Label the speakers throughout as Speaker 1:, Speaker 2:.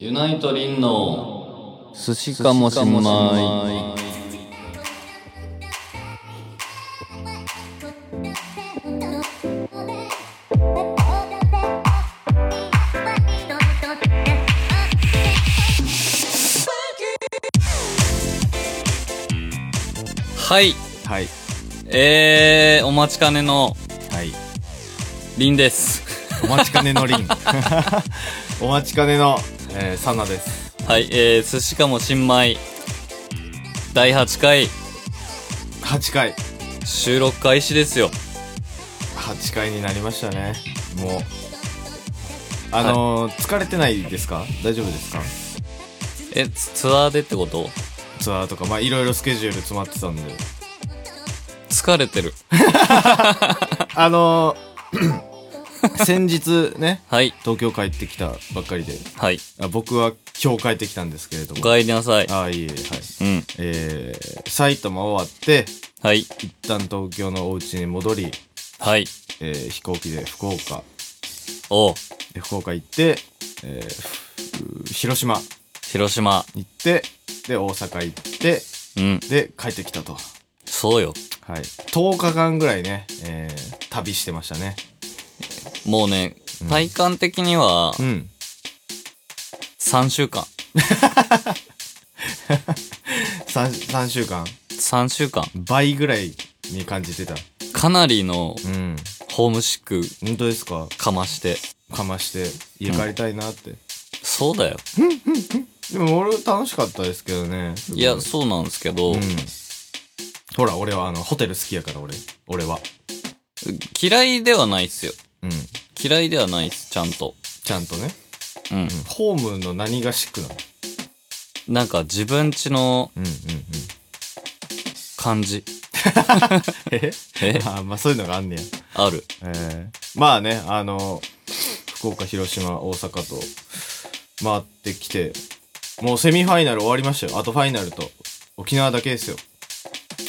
Speaker 1: ユナイトリンの寿司かもしんないはい
Speaker 2: はい。
Speaker 1: えー、お待ちかねの
Speaker 2: はい。
Speaker 1: リンです
Speaker 2: お待ちかねのリン。 お待ちかねの、えーサナです。
Speaker 1: はいえー、寿司かもしんない第8回
Speaker 2: 8回。
Speaker 1: 収録開始ですよ
Speaker 2: 8回になりましたね。もう。あのー疲れてないですか大丈夫ですか
Speaker 1: えツツアーでってこと
Speaker 2: ツアーとか、まあ、いろいろスケジュール詰まって たんで。
Speaker 1: 疲れてる
Speaker 2: あのー 先日ね、
Speaker 1: はい
Speaker 2: 東京帰ってきたばっかりで、
Speaker 1: はい
Speaker 2: あ僕は今日帰ってきたんですけれど
Speaker 1: お
Speaker 2: も。
Speaker 1: 帰りなさい
Speaker 2: ああ、いえいえ、はい。
Speaker 1: うん
Speaker 2: えー、埼玉終わって、
Speaker 1: はい
Speaker 2: 一旦東京のお家に戻り、
Speaker 1: はい
Speaker 2: えー飛行機で福岡、
Speaker 1: おう
Speaker 2: で福岡行って、えーふ広島
Speaker 1: 広島
Speaker 2: 行ってで大阪行って
Speaker 1: うん
Speaker 2: で帰ってきたと、
Speaker 1: そうよ
Speaker 2: はい、10日間ぐらいね、えー旅してましたね
Speaker 1: もうね体感的には
Speaker 2: うん
Speaker 1: 3週間
Speaker 2: 3, 3週間
Speaker 1: 3週間
Speaker 2: 倍ぐらいに感じてた
Speaker 1: かなりの
Speaker 2: うん
Speaker 1: ホームシック
Speaker 2: 本当ですか
Speaker 1: かまして
Speaker 2: かまして家帰りたいなって、
Speaker 1: そうだよ
Speaker 2: でも俺楽しかったですけどねすご
Speaker 1: いやそうなんですけど、
Speaker 2: うんほら俺はあのホテル好きやから俺俺は
Speaker 1: 嫌いではないっすよ
Speaker 2: うん
Speaker 1: 嫌いではないっすちゃんと
Speaker 2: ちゃんとね、
Speaker 1: うん、
Speaker 2: うん、ホームの何がシックなの
Speaker 1: なんか自分家の
Speaker 2: うんうんうん
Speaker 1: 感じ
Speaker 2: え
Speaker 1: え
Speaker 2: あまあそういうのがあんねや。
Speaker 1: ある
Speaker 2: えーまあね、あの、福岡、広島、大阪と回ってきて、もうセミファイナル終わりましたよ。あとファイナルと沖縄だけですよ。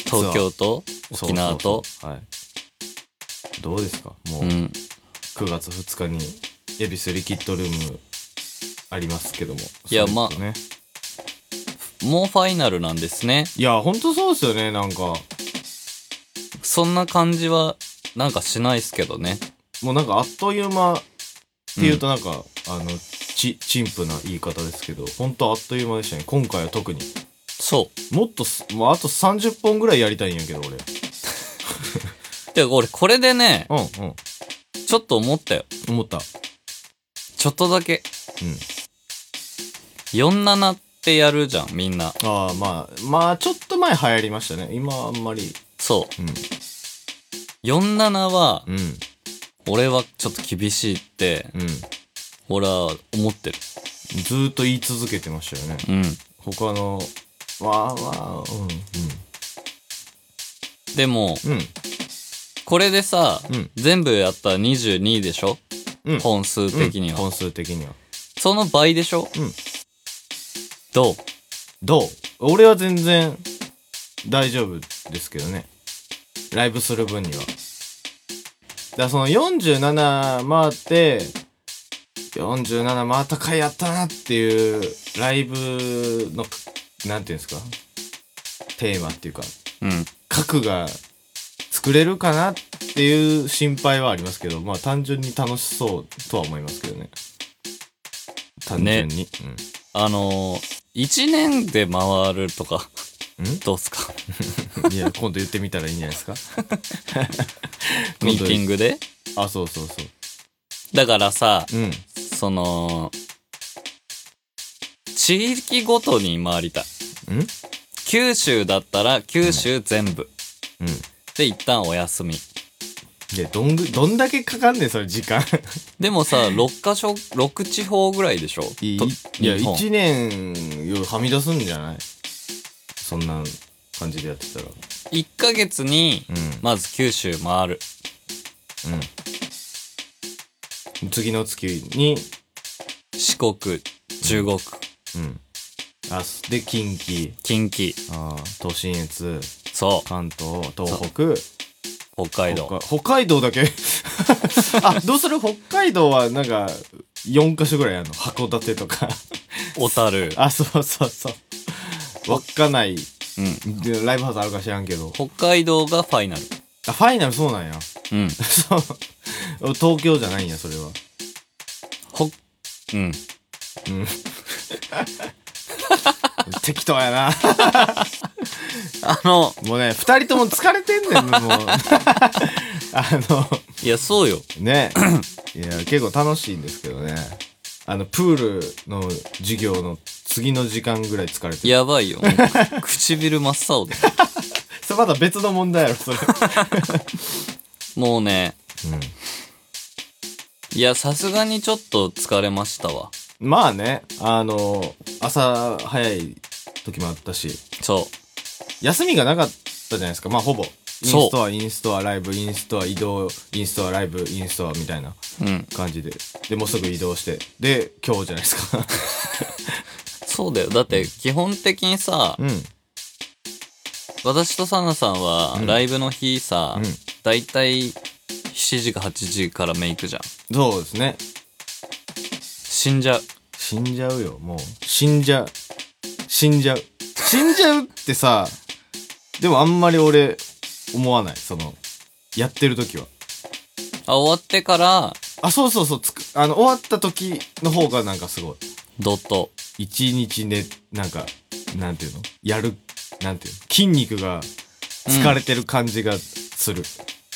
Speaker 1: 東京と
Speaker 2: そう
Speaker 1: 沖縄と
Speaker 2: そうそうはい。どうですかもう
Speaker 1: う
Speaker 2: 9
Speaker 1: ん
Speaker 2: 月2日に恵比寿リキッドルームありますけども。
Speaker 1: いや
Speaker 2: それとね
Speaker 1: もうファイナルなんですね
Speaker 2: いや、ほんとそうですよね。なんか、
Speaker 1: そんな感じはなんかしないっすけどね
Speaker 2: もうなんかあっという間っていうとなんか、あのち陳腐な言い方ですけど本当あっという間でしたね今回は特に
Speaker 1: そう
Speaker 2: もっとすもうあと30本ぐらいやりたいんやけど俺
Speaker 1: で俺これでね
Speaker 2: うんうん
Speaker 1: ちょっと思ったよ
Speaker 2: 思った
Speaker 1: ちょっとだけ
Speaker 2: うん
Speaker 1: 47ってやるじゃんみんな
Speaker 2: ああまあまあちょっと前流行りましたね今あんまり
Speaker 1: そ
Speaker 2: うん
Speaker 1: う47は
Speaker 2: うん
Speaker 1: 俺はちょっと厳しいって
Speaker 2: うん
Speaker 1: 俺は思ってる
Speaker 2: ずーっと言い続けてましたよ
Speaker 1: う
Speaker 2: ね
Speaker 1: ん
Speaker 2: 他のわあわあうん
Speaker 1: でも
Speaker 2: うんうん
Speaker 1: これでさ、
Speaker 2: うん
Speaker 1: 全部やったら22でしょ、
Speaker 2: うん
Speaker 1: 本数的に
Speaker 2: うん
Speaker 1: は、
Speaker 2: 本数的には
Speaker 1: その倍でしょ、
Speaker 2: うん
Speaker 1: どう
Speaker 2: どう俺は全然大丈夫ですけどね。ライブする分には。だからその47回って、47回った回やったなっていうライブの、なんていうんですかテーマっていうか、
Speaker 1: うん
Speaker 2: 核が作れるかなっていう心配はありますけど、まあ単純に楽しそうとは思いますけどね。単純に。
Speaker 1: あのー、1年で回るとか
Speaker 2: うん。ん
Speaker 1: どうっすか
Speaker 2: いや、今度言ってみたらいいんじゃないですか
Speaker 1: ミーティン
Speaker 2: グ。
Speaker 1: グで
Speaker 2: あ、そうそうそ
Speaker 1: だからさ
Speaker 2: う。うん。
Speaker 1: その地域ごとに回りたい
Speaker 2: うん
Speaker 1: 九州だったら九州全部、
Speaker 2: うん。
Speaker 1: で一旦お休み
Speaker 2: いや、どんぐ、どんだけかかんねん、それ時間。
Speaker 1: でも さ、6箇所、6地方ぐらいでしょ
Speaker 2: い
Speaker 1: と
Speaker 2: いや、
Speaker 1: 日本
Speaker 2: 一年よ、はみ出すんじゃないそんな感じでやってたら。
Speaker 1: 1ヶ月に、
Speaker 2: うん。
Speaker 1: まず九州回る。
Speaker 2: うん。次の月に、
Speaker 1: 四国、中国、
Speaker 2: うん。あ、すで、近畿、
Speaker 1: 近畿、
Speaker 2: あー都心越、
Speaker 1: そ
Speaker 2: 関東、東北、
Speaker 1: う、北海道。
Speaker 2: 北北海道だけ あどうする北海道はなんか4か所ぐらいあるの函館とか
Speaker 1: 小樽。
Speaker 2: あ、そうそうそう。稚内、
Speaker 1: うん。
Speaker 2: でライブハウスあるか知らんけど。
Speaker 1: 北海道がファイナル。
Speaker 2: あ、ファイナルそうなんや。
Speaker 1: うん。
Speaker 2: そう。東京じゃないんや、それは。
Speaker 1: ほ、うん。
Speaker 2: 適当やな。
Speaker 1: あの、
Speaker 2: もうね、二人とも疲れてんねん、もう。 あの、
Speaker 1: いや、そうよ。
Speaker 2: ね。いや、結構楽しいんですけどね。あの、プールの授業の次の時間ぐらい疲れてる。
Speaker 1: やばいよ。 唇真っ青で。
Speaker 2: それまだ別の問題やろ、それ。
Speaker 1: もうね、
Speaker 2: うん
Speaker 1: いや、さすがにちょっと疲れましたわ。
Speaker 2: まあね、あの、朝早い時もあったし、
Speaker 1: そ
Speaker 2: 休みがなかったじゃないですか、まあほぼ。イン
Speaker 1: そう
Speaker 2: ストア、インストア、ライブ、インストア、移動、インストア、ライブ、インストアみたいな
Speaker 1: う。うん。
Speaker 2: 感じで。で、もうすぐ移動して。で、今日じゃないですか。
Speaker 1: そうだよ。だって、基本的にさ、
Speaker 2: うん。
Speaker 1: 私とサナさんは
Speaker 2: う、ん
Speaker 1: ライブの日さ、
Speaker 2: うん
Speaker 1: だいたい7時か8時からメイクじゃん。
Speaker 2: そうですね。
Speaker 1: 死んじゃう。
Speaker 2: 死んじゃうよ、もう。死んじゃう。死んじゃう。死んじゃうってさ、でもあんまり俺、思わない。その、やってる時は。
Speaker 1: あ、終わってから、
Speaker 2: あ、そうそうそう、つく、あの、終わった時の方がなんかすごい。
Speaker 1: ドット。
Speaker 2: 一日ね、なんか、なんていうのやる、なんていうの筋肉が疲れてる感じがする。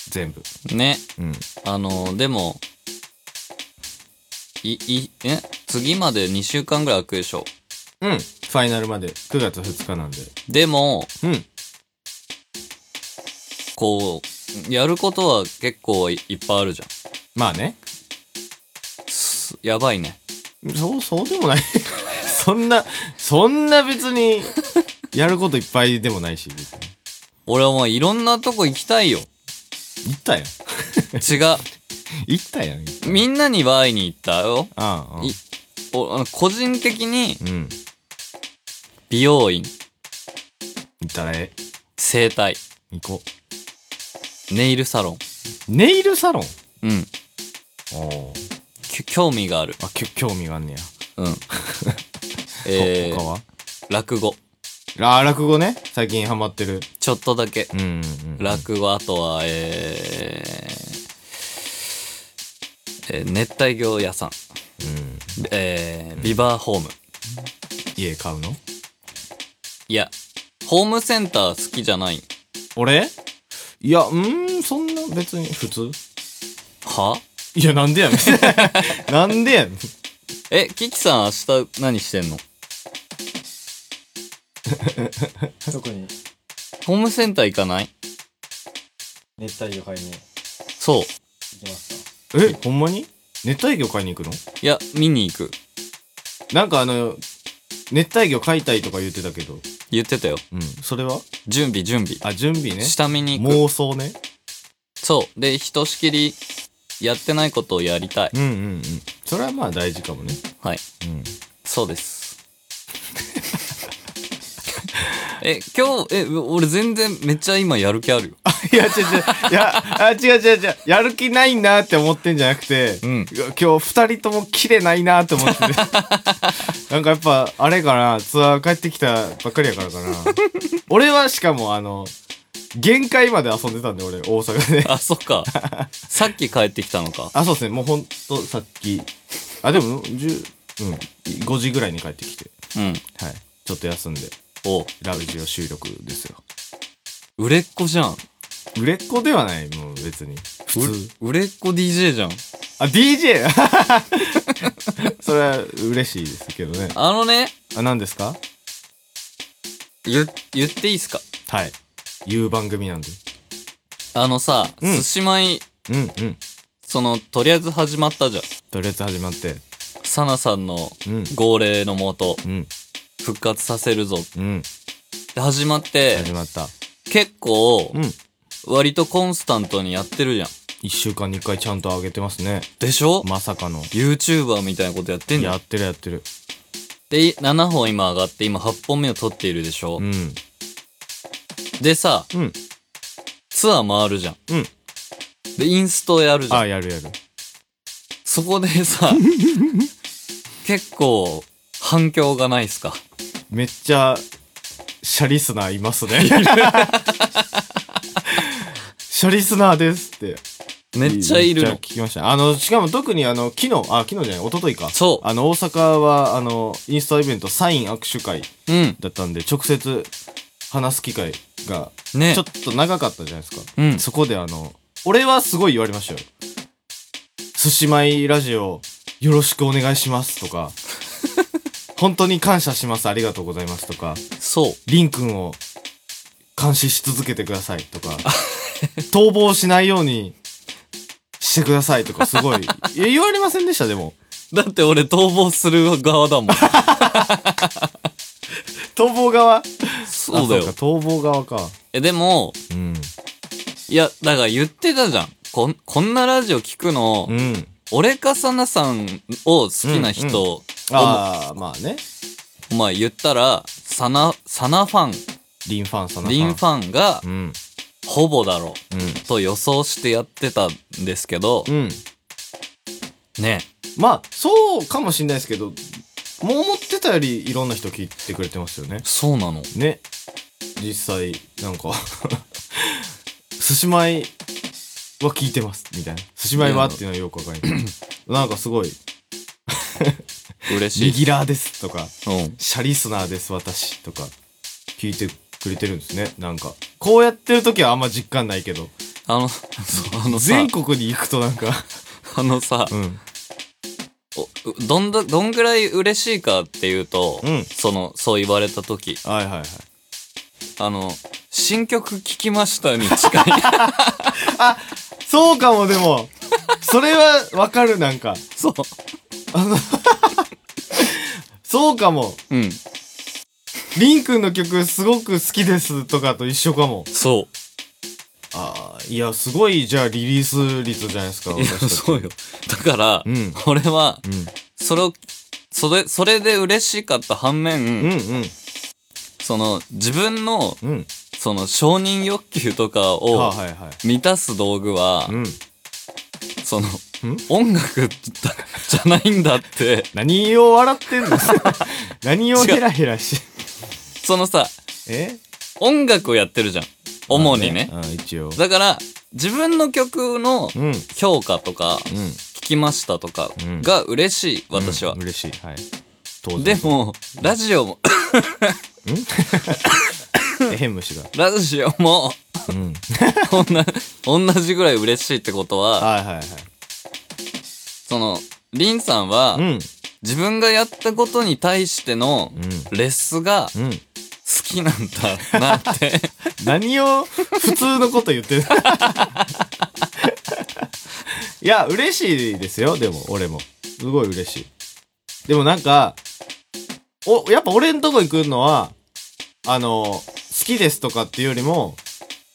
Speaker 2: 全部。
Speaker 1: ね。
Speaker 2: うん。
Speaker 1: あのでも、い、い、え次まで2週間ぐらい空くでしょ。
Speaker 2: うん。ファイナルまで9月2日なんで。
Speaker 1: でも、
Speaker 2: うん。
Speaker 1: こう、やることは結構いいっぱいあるじゃん。
Speaker 2: まあね。
Speaker 1: すやばいね。
Speaker 2: そう、そうでもない。 そんな、そんな別に、やることいっぱいでもないし、別に。
Speaker 1: 俺はもういろんなとこ行きたいよ。
Speaker 2: 行ったやん。
Speaker 1: 違
Speaker 2: 行ったやん。
Speaker 1: う。みんなには会いに行ったよ。
Speaker 2: ああ、ああ
Speaker 1: いおあの個人的に
Speaker 2: うん。
Speaker 1: 美容院、
Speaker 2: 行ったらええ。
Speaker 1: 整体、
Speaker 2: 行こ
Speaker 1: ネイルサロン。
Speaker 2: う。ネイルサロン
Speaker 1: うん。
Speaker 2: おー
Speaker 1: きょ興味がある。
Speaker 2: あ、きょ興味があんねや。
Speaker 1: うん。
Speaker 2: え
Speaker 1: え
Speaker 2: 他
Speaker 1: ー、
Speaker 2: は
Speaker 1: 落語。
Speaker 2: あー、落語ね。最近ハマってる。
Speaker 1: ちょっとだけ。
Speaker 2: うんうんうん。
Speaker 1: 落語、あとは、えー、えー熱帯魚屋さん、
Speaker 2: うん。
Speaker 1: えー、ビバーホーム。
Speaker 2: 家買うの
Speaker 1: いや、ホームセンター好きじゃない。
Speaker 2: 俺いや、うーん、そんな別に普通
Speaker 1: はい
Speaker 2: や、なんでやね ん。なんでやねん。
Speaker 1: え、キキさん明日何してんの
Speaker 3: どこに
Speaker 1: ホームセンター行かない
Speaker 3: 熱帯魚買いに行
Speaker 1: そう。
Speaker 3: きます
Speaker 2: え、ほんまに熱帯魚買いに行くの
Speaker 1: いや、見に行く。
Speaker 2: なんかあの、熱帯魚飼いたいとか言ってたけど。
Speaker 1: 言ってたよ。
Speaker 2: うん。それは
Speaker 1: 準備、準備。
Speaker 2: あ、準備ね。
Speaker 1: 下見に行く。
Speaker 2: 妄想ね。
Speaker 1: そう。で、ひとしきりやってないことをやりたい。
Speaker 2: うんうんうん。それはまあ大事かもね。
Speaker 1: はい。
Speaker 2: うん。
Speaker 1: そうです。 え、今日、え、俺全然めっちゃ今やる気あるよ。
Speaker 2: いや、違う違う。いや、あ、違う違う違う。やる気ないなって思ってんじゃなくて、
Speaker 1: うん
Speaker 2: いや今日二人ともキレないなって思ってて。なんかやっぱ、あれかな、ツアー帰ってきたばっかりやからかな。俺はしかもあの、限界まで遊んでたんで、俺、大阪で。
Speaker 1: あ、そっか。さっき帰ってきたのか。
Speaker 2: あ、そうですね。もうほんと、さっき。あ、でも、十うん、5時ぐらいに帰ってきて。
Speaker 1: うん。
Speaker 2: はい。ちょっと休んで、
Speaker 1: お
Speaker 2: ラジオ収録ですよ。
Speaker 1: 売れっ子じゃん。
Speaker 2: 売れっ子ではない、もう別に。普通。
Speaker 1: 売れっ子 DJ じゃん。
Speaker 2: あ、DJ! それは嬉しいですけどね。
Speaker 1: あのね、
Speaker 2: あ、何ですか
Speaker 1: 言、言っていいっすか
Speaker 2: はい。いう番組なんで。
Speaker 1: あのさ、
Speaker 2: うん
Speaker 1: 寿司米、
Speaker 2: うんうん。
Speaker 1: その、とりあえず始まったじゃん。
Speaker 2: とりあえず始まって。
Speaker 1: サナさんの
Speaker 2: うん
Speaker 1: 号令のもと、
Speaker 2: うん
Speaker 1: 復活させるぞっ
Speaker 2: うん。
Speaker 1: て始まって、
Speaker 2: 始まった。
Speaker 1: 結構
Speaker 2: う、ん。
Speaker 1: 割とコンスタントにやってるじゃん。
Speaker 2: 一週間に一回ちゃんと上げてますね。
Speaker 1: でしょ
Speaker 2: まさかの。
Speaker 1: ?YouTuber みたいなことやってんじゃ
Speaker 2: や
Speaker 1: ん。
Speaker 2: ってるやってる。
Speaker 1: で、7本今上がって、今8本目を撮っているでしょ、
Speaker 2: うん。
Speaker 1: でさ、
Speaker 2: うん。
Speaker 1: ツアー回るじゃん。
Speaker 2: うん。
Speaker 1: で、インストやるじゃん。
Speaker 2: あ、やるやる。
Speaker 1: そこでさ、結構、反響がないっすか
Speaker 2: めっちゃシャリスナーいますねシャリスナーですって
Speaker 1: めっちゃいる
Speaker 2: め
Speaker 1: の
Speaker 2: 聞きましたあのしかも特にあの昨日あ昨日じゃない一昨日か
Speaker 1: そう
Speaker 2: あの大阪はあのインスタイベントサイン握手会
Speaker 1: うん
Speaker 2: だったんで直接話す機会が
Speaker 1: ね
Speaker 2: ちょっと長かったじゃないですか、
Speaker 1: うん
Speaker 2: そこであの俺はすごい言われましたよ「すしまいラジオよろしくお願いします」とか「本当に感謝しますありがとうございます」とか
Speaker 1: そう
Speaker 2: 「りんくんを監視し続けてください」とか 「逃亡しないようにしてください」とかす ごいいや言われませんでしたでも
Speaker 1: だって俺逃亡する側だもん
Speaker 2: 逃亡側
Speaker 1: そうだよ
Speaker 2: あか逃亡側か
Speaker 1: えでも
Speaker 2: うん
Speaker 1: いやだから言ってたじゃんこんこんなラジオ聞くの、
Speaker 2: うん
Speaker 1: 俺かさなさんを好きな人を、
Speaker 2: ああまあね
Speaker 1: まあ言ったらサナサナファン
Speaker 2: リンファンさん
Speaker 1: リンファンが
Speaker 2: うん
Speaker 1: ほぼだろ
Speaker 2: うん
Speaker 1: うと予想してやってたんですけど、
Speaker 2: うん。
Speaker 1: ね
Speaker 2: まあ、そうかもしれないですけど、もう思ってたよりいろんな人聞いてくれてますよね。
Speaker 1: そうなの
Speaker 2: ね。実際、なんか、 すしまいは聞いてます、みたいな。すしまいはっていうのはよくわかんない。 なんかすごい、
Speaker 1: 嬉
Speaker 2: レ
Speaker 1: しい、
Speaker 2: ギュラーですとか、
Speaker 1: うん、
Speaker 2: シャリスナーです、私とか、聞いてくれてるんですね。なんか、こうやってる時はあんま実感ないけど、
Speaker 1: あのそうあのさ
Speaker 2: 全国に行くとなんか、
Speaker 1: あのさ、
Speaker 2: うん。
Speaker 1: おうどんだどんぐらい嬉しいかっていうと、
Speaker 2: うん
Speaker 1: そのそう言われた時
Speaker 2: はいはいはい。
Speaker 1: あの新曲聴きましたに近 い
Speaker 2: そうかも、でも。それはわかる、なんか。
Speaker 1: そう
Speaker 2: そうかも。
Speaker 1: うん
Speaker 2: リンくんの曲すごく好きですとかと一緒かも。
Speaker 1: そ
Speaker 2: ああ、いや、すごい、じゃあリリース率じゃないですか。
Speaker 1: ういや
Speaker 2: 私たち
Speaker 1: そうよだから、
Speaker 2: うん
Speaker 1: 俺は
Speaker 2: うん。
Speaker 1: それをそれそれで嬉しかった反面、
Speaker 2: うんうん。
Speaker 1: その自分の
Speaker 2: うん。
Speaker 1: その承認欲求とか
Speaker 2: はあ、
Speaker 1: を
Speaker 2: はいはい。
Speaker 1: 満たす道具は、
Speaker 2: うん。
Speaker 1: その
Speaker 2: ん
Speaker 1: 音楽だじゃないんだって
Speaker 2: 何を笑ってんの 何をヘラヘラし。
Speaker 1: そのさ
Speaker 2: え
Speaker 1: 音楽をやってるじゃん主にね
Speaker 2: まあうん、一応。
Speaker 1: だから自分の曲の
Speaker 2: うん。うん。
Speaker 1: 評価とか聞きましたとか
Speaker 2: うん
Speaker 1: が嬉しい私は、
Speaker 2: うん嬉しい。はい。当
Speaker 1: で
Speaker 2: 然。
Speaker 1: もラジオも
Speaker 2: えへん虫が。
Speaker 1: ラジオも
Speaker 2: うん。
Speaker 1: こんな同じぐらい嬉しいってことは
Speaker 2: はいはいはい。
Speaker 1: そのリンさんは、
Speaker 2: うん。
Speaker 1: 自分がやったことに対しての
Speaker 2: う
Speaker 1: レッスが好
Speaker 2: ん。うん。
Speaker 1: きなんだなって
Speaker 2: 何を普通のこと言ってる いや嬉しいですよでも俺もすごい嬉しいでもなんかおやっぱ俺んとこ行くのはあの好きですとかっていうよりも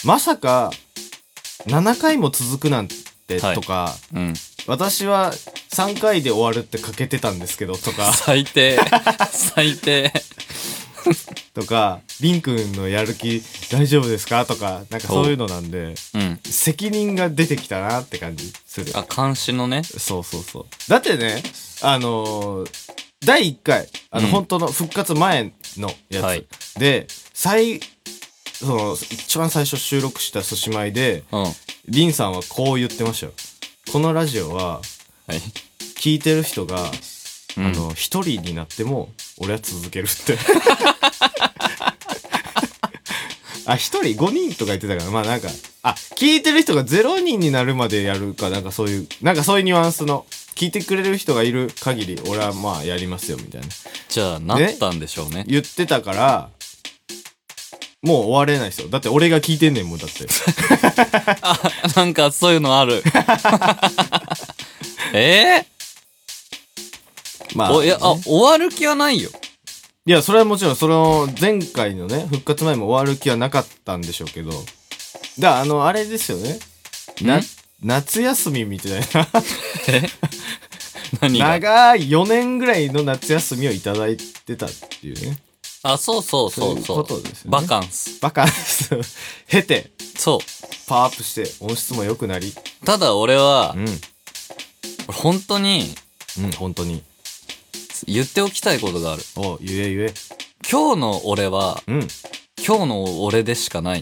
Speaker 2: まさか7回も続くなんて
Speaker 1: はい
Speaker 2: とか、
Speaker 1: うん
Speaker 2: 私は3回で終わるってかけてたんですけどとか
Speaker 1: 最低最低
Speaker 2: とかりんくんのやる気大丈夫ですかとかなんかそういうのなんで
Speaker 1: うん
Speaker 2: 責任が出てきたなって感じする
Speaker 1: あ監視のね
Speaker 2: そうそうそうだってねあのー第1回あの、
Speaker 1: うん
Speaker 2: 本当の復活前のやつ、
Speaker 1: はい
Speaker 2: で最その一番最初収録した「すしまいで」
Speaker 1: うんは、
Speaker 2: りんさんはこう言ってましたよこのラジオはい聞いてる人が、
Speaker 1: うん
Speaker 2: あの一人になっても俺は続け るってあ一人5人とか言ってたからまあなんかあ聞いてる人が0人になるまでやるかなんかそういうなんかそういうニュアンスの聞いてくれる人がいる限り俺はまあやりますよみたいな
Speaker 1: じゃあなったんでしょうね
Speaker 2: 言ってたからもう終われないですよだって俺が聞いてんねんもん だって
Speaker 1: なんかそういうのあ るえ
Speaker 2: ま
Speaker 1: ー、
Speaker 2: あ
Speaker 1: おいやあ
Speaker 2: ね
Speaker 1: 終わる気はないよ
Speaker 2: いや、それはもちろん、その、前回のね、復活前も終わる気はなかったんでしょうけど。だから、あの、あれですよね。な、夏休みみたい
Speaker 1: 何が
Speaker 2: な。長い4年ぐらいの夏休みをいただいてたっていうね。
Speaker 1: あそうそうそう
Speaker 2: そう
Speaker 1: そ
Speaker 2: いううことですよね
Speaker 1: バカンス
Speaker 2: バカ です。経て、
Speaker 1: そ
Speaker 2: パワーアップして、音質も良くなり。
Speaker 1: うただ俺は
Speaker 2: うん。
Speaker 1: 本当に
Speaker 2: うん、本当に。
Speaker 1: です。言っておきたいことがある。
Speaker 2: おうゆえゆえ
Speaker 1: 今日の俺は、
Speaker 2: うんん
Speaker 1: 今日の俺でしかない。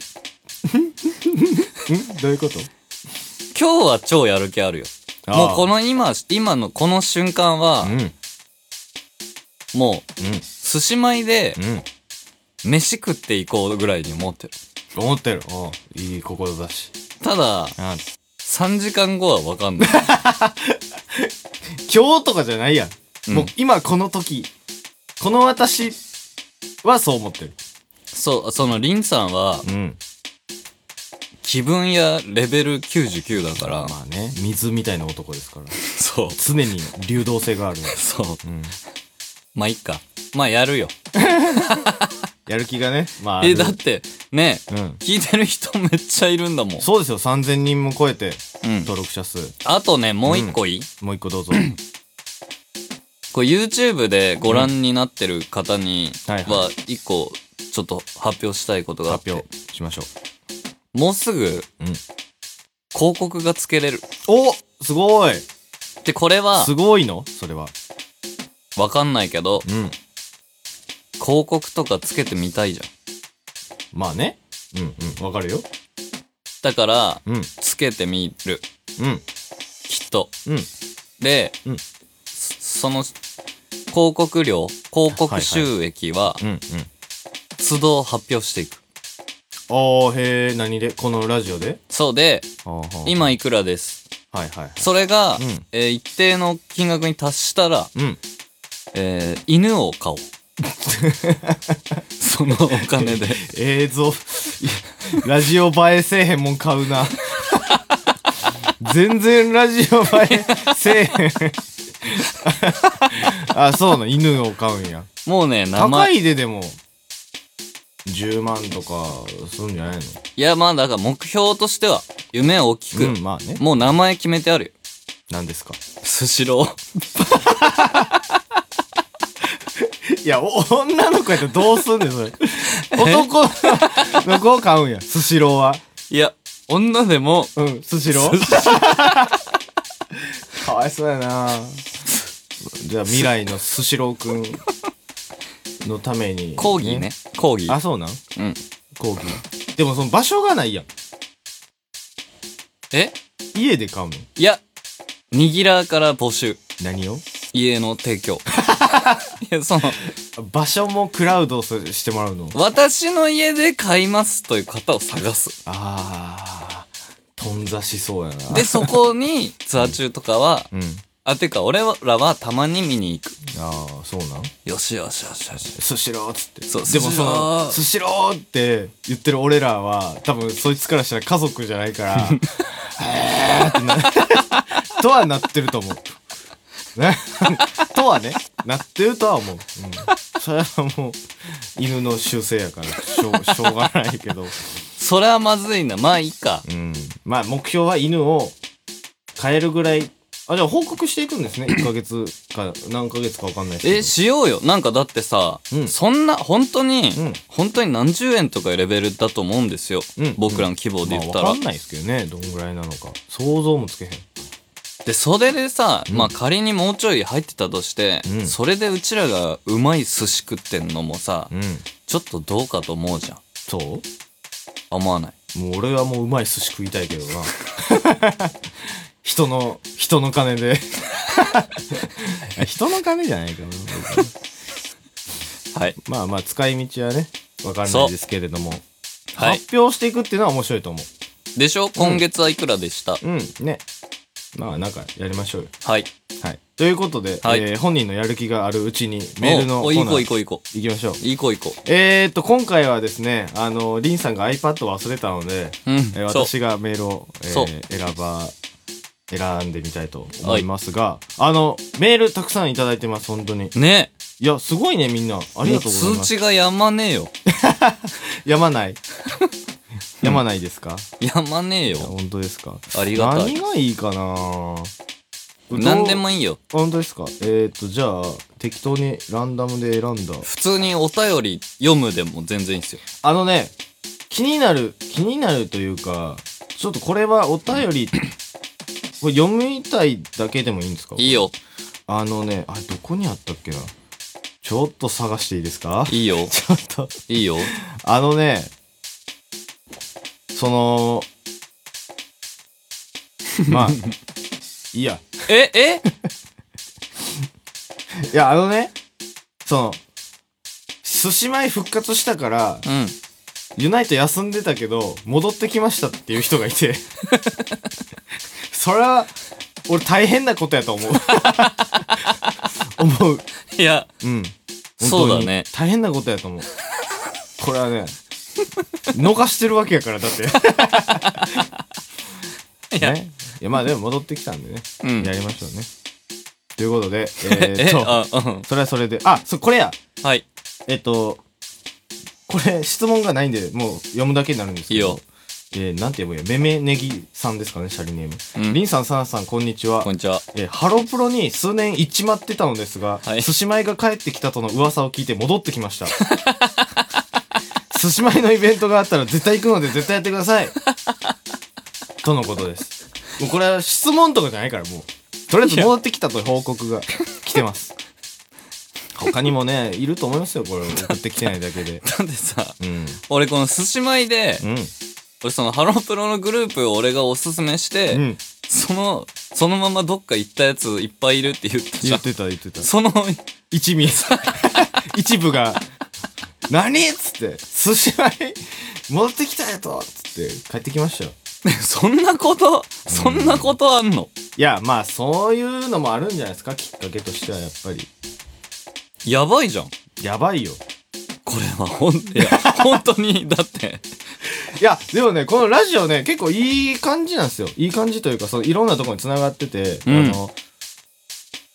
Speaker 2: どういうこと
Speaker 1: 今日は超やる気あるよ。
Speaker 2: あー
Speaker 1: もうこの今、今のこの瞬間は
Speaker 2: う、んうん
Speaker 1: もう、寿司米で
Speaker 2: うん
Speaker 1: 飯食っていこうぐらいに思ってる。
Speaker 2: 思ってるおういい志
Speaker 1: ただ、
Speaker 2: あん
Speaker 1: 3時間後はわかん ない。
Speaker 2: 今日とかじゃないやん、
Speaker 1: うん
Speaker 2: もう今この時この私はそう思ってる
Speaker 1: そう、そのリンさんは、
Speaker 2: うん
Speaker 1: 気分やレベル99だから、
Speaker 2: まあね水みたいな男ですから
Speaker 1: そう、
Speaker 2: 常に流動性がある
Speaker 1: そう。
Speaker 2: うん
Speaker 1: まあ、いっか。まあ、やるよ。
Speaker 2: やる気がねまあ
Speaker 1: え、だって、ね、
Speaker 2: うん
Speaker 1: 聞いてる人めっちゃいるんだもん。
Speaker 2: そうですよ3000人も超えて
Speaker 1: うん。
Speaker 2: 登録者数
Speaker 1: あとね、もう一個いい、
Speaker 2: もう一個どうぞ
Speaker 1: これ YouTube でご覧になってる方に
Speaker 2: うんはいは
Speaker 1: は、一個、ちょっと発表したいことがあって。
Speaker 2: 発表しましょ
Speaker 1: もうすぐ、
Speaker 2: ううん
Speaker 1: 広告がつけれる。
Speaker 2: おすごい
Speaker 1: で、これは
Speaker 2: す、ごいのそれは
Speaker 1: わかんないけど、
Speaker 2: うん
Speaker 1: 広告とかつけてみたいじゃん。
Speaker 2: まあねうんうんわかるよ
Speaker 1: だから、
Speaker 2: うん
Speaker 1: つけてみる。
Speaker 2: うん
Speaker 1: きっと。
Speaker 2: うん
Speaker 1: で、
Speaker 2: うん
Speaker 1: そその、広告料、広告収益は、
Speaker 2: うんうん
Speaker 1: 都度発表していく。
Speaker 2: ああへえ何でこのラジオで
Speaker 1: そうで、
Speaker 2: あーはー
Speaker 1: 今いくらです。
Speaker 2: はいはいはい
Speaker 1: それが、
Speaker 2: うん
Speaker 1: えー一定の金額に達したら、
Speaker 2: うん
Speaker 1: えー犬を買お う。そのお金で。
Speaker 2: 映像ラジオ映えせえへんもん買うな全然ラジオ映えせえへんあそうなん犬を飼うんや
Speaker 1: もうね、名
Speaker 2: 高
Speaker 1: 前。い
Speaker 2: いででも10万とかするんじゃない
Speaker 1: や、まあ、だから目標としては、夢を大きく、
Speaker 2: のうんまあね
Speaker 1: もう名前決めてあるよ。
Speaker 2: 何ですか
Speaker 1: スシロー。
Speaker 2: いやお女の子やったらどうすんねんそれ男の子を買うんやスシローはい
Speaker 1: や、女でも、
Speaker 2: うんスシロー かわいそうやなじゃあ未来のスシローくんのために
Speaker 1: 講義ね。講義。
Speaker 2: あそうなん
Speaker 1: うん。
Speaker 2: 講義でもその場所がないやん
Speaker 1: え
Speaker 2: 家で買うの
Speaker 1: いや、にぎらーから募集。
Speaker 2: 何を
Speaker 1: 家の提供。いや、その、
Speaker 2: 場所もクラウドすしてもらうの
Speaker 1: 私の家で買いますという方を探す。
Speaker 2: あー、とんざしそうやな。
Speaker 1: で、そこにツアー中とかは、
Speaker 2: うん。
Speaker 1: あ、てか俺らはたまに見に行く。
Speaker 2: ああ、そうなん
Speaker 1: よしよしよしよし。
Speaker 2: スシローっつって。
Speaker 1: そう
Speaker 2: でもその、
Speaker 1: ス
Speaker 2: スシローって言ってる俺らは、多分そいつからしたら家族じゃない から、えーって な、とはなってると思う。ね、 とはね、なってるとは思う。うん。それはもう、犬の習性やから、し ょう、しょうがないけど。
Speaker 1: それはまずいな。まあいいか。
Speaker 2: うん。まあ、目標は犬を飼えるぐらい。あ、じゃあ報告していくんですね。1ヶ月か、何ヶ月かわかんない
Speaker 1: え、
Speaker 2: です
Speaker 1: しようよ。なんかだってさ、
Speaker 2: うん
Speaker 1: そんな、本当に、
Speaker 2: うん
Speaker 1: 本当に何十円とかいうレベルだと思うんですよ。
Speaker 2: うん
Speaker 1: 僕らの規模
Speaker 2: け
Speaker 1: で
Speaker 2: ど。
Speaker 1: 言っ
Speaker 2: ま
Speaker 1: た
Speaker 2: あ、
Speaker 1: ら。
Speaker 2: わかんないですけどね。どんぐらいなのか。想像もつけへん。
Speaker 1: で、それでさ、
Speaker 2: ん
Speaker 1: まあ仮にもうちょい入ってたとして、
Speaker 2: うん
Speaker 1: それでうちらがうまい寿司食ってんのもさ、
Speaker 2: うん。
Speaker 1: ちょっとどうかと思うじゃん。
Speaker 2: そ
Speaker 1: 思わない。
Speaker 2: うもう俺はもううまい寿司食いたいけどな。 人の、人の金で。 人の金じゃないけどな。
Speaker 1: はい。
Speaker 2: まあまあ、使い道はね、わかんないですけれども。
Speaker 1: はい。
Speaker 2: 発表していくっていうのは面白いと思
Speaker 1: でしょ今月はいくらでした、
Speaker 2: う。うん。ね。まあ、なんかやりましょうよ。
Speaker 1: はい。
Speaker 2: はい。ということで、
Speaker 1: はい
Speaker 2: えー本人のやる気があるうちにメールの
Speaker 1: お
Speaker 2: コ
Speaker 1: お
Speaker 2: ー
Speaker 1: い
Speaker 2: ナ
Speaker 1: いこ
Speaker 2: ー
Speaker 1: いこいこ
Speaker 2: 行きましょう。
Speaker 1: いいこいこ
Speaker 2: えー、っと、今回はですね、あの、リンさんが iPad を忘れたので、
Speaker 1: うん、
Speaker 2: えー
Speaker 1: そう
Speaker 2: 私がメールを、えー
Speaker 1: そう
Speaker 2: 選ば、選んでみたいと思いますが、あの、メールたくさんいただいてます、本当に。
Speaker 1: ね
Speaker 2: いや、すごいね、みんな。ありがとうござい
Speaker 1: もう
Speaker 2: ま
Speaker 1: 通
Speaker 2: す。
Speaker 1: 知がやまねえよ
Speaker 2: や まない。やまないですか、
Speaker 1: やまねえ
Speaker 2: いや
Speaker 1: よ
Speaker 2: 本当ですか
Speaker 1: ありがた
Speaker 2: 何
Speaker 1: い
Speaker 2: がいいかな
Speaker 1: 何で
Speaker 2: いい。
Speaker 1: もいいよ
Speaker 2: 本当ですかえー、っと、じゃあ、適当にランダムで選んだ。
Speaker 1: 普通にお便り読むでも全然いいんすよ
Speaker 2: あのね、気になる、気になるというか、ちょっとこれはお便り、これ読みたいだけでもいいんですか
Speaker 1: いいよ
Speaker 2: あのね、あれどこにあったっけな。ちょっと探していいですか
Speaker 1: いいよ。
Speaker 2: ちょっと。
Speaker 1: いいよ。
Speaker 2: あのね、その、 まあ、いいや。
Speaker 1: え、え
Speaker 2: いや、あのね、その、寿司前復活したから、
Speaker 1: うん。
Speaker 2: ユナイト休んでたけど、戻ってきましたっていう人がいて、 それは、俺大変なことやと思う。 思う。
Speaker 1: いや、
Speaker 2: うん。
Speaker 1: そうだね
Speaker 2: 本当に大変なことやと思う。これはね、逃してるわけやから、だっ て。
Speaker 1: いや
Speaker 2: ね。いや、まあでも戻ってきたんでね。
Speaker 1: うん
Speaker 2: やりましょうね。とい うことで、え
Speaker 1: え、
Speaker 2: ーっと、
Speaker 1: あ、うん。
Speaker 2: それはそれで、あ、そう、これや
Speaker 1: はい。
Speaker 2: えっと、これ質問がないんで、もう読むだけになるんですけ
Speaker 1: い
Speaker 2: ど。
Speaker 1: いよ
Speaker 2: えーなんて言えばいいや、めめねぎさんですかね、シャリネーム。
Speaker 1: うん
Speaker 2: り、んさん、さなさん、こんにちは。
Speaker 1: こんにちは。
Speaker 2: えーハロプロに数年行っちまってたのですが、
Speaker 1: はい
Speaker 2: 寿司米が帰ってきたとの噂を聞いて戻ってきました。寿司米のイベントがあったら絶対行くので絶対やってください。とのことです。もうこれは質問とかじゃないから、もう。とりあえず戻ってきたという報告が来てます。他にもね、いると思いますよ、これ。送ってきてないだけで。
Speaker 1: だってさ、
Speaker 2: うん。
Speaker 1: 俺この寿司米で、
Speaker 2: うん。
Speaker 1: 俺そのハロプロのグループを俺がおすすめして、
Speaker 2: うん。
Speaker 1: その、そのままどっか行ったやついっぱいいるって言ったじ
Speaker 2: 言
Speaker 1: ゃん
Speaker 2: っ。てた、言ってた。
Speaker 1: その、
Speaker 2: 一味 一部が「何?」っつって「寿司米戻ってきたよと」っつって帰ってきましたよ
Speaker 1: ねそんなこと、そんなことあんの
Speaker 2: いやまあそういうのもあるんじゃないですかきっかけとしてはやっぱり
Speaker 1: やばいじゃん。
Speaker 2: やばいよ
Speaker 1: これはほん、い や、本当に、だって、
Speaker 2: いやでもねこのラジオね結構いい感じなんですよいい感じというかそのいろんなところにつながってて、
Speaker 1: うん
Speaker 2: あの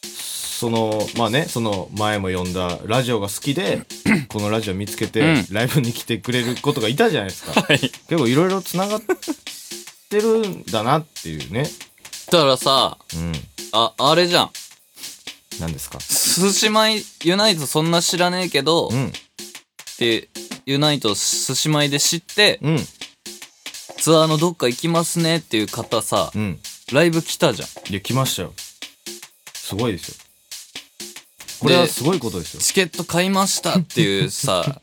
Speaker 2: そのまあねその前も呼んだラジオが好 きでこのラジオ見つけて、
Speaker 1: うん
Speaker 2: ライブに来てくれることがいたじゃないですか
Speaker 1: はい。
Speaker 2: 結構いろいろつながってるんだなっていうね。
Speaker 1: だからさ、
Speaker 2: うん。
Speaker 1: あ、あれじゃん。
Speaker 2: 何ですか
Speaker 1: 寿司米ユナイトそんな知らねえけど、
Speaker 2: う
Speaker 1: っ
Speaker 2: ん。
Speaker 1: て、ユナイト寿司米で知って、
Speaker 2: うん。
Speaker 1: ツアーのどっか行きますねっていう方さ、
Speaker 2: うん。
Speaker 1: ライブ来たじゃん。
Speaker 2: いや、来ましたよ。すごいですよ。これはすごいことですよ。
Speaker 1: チケット買いましたっていうさ、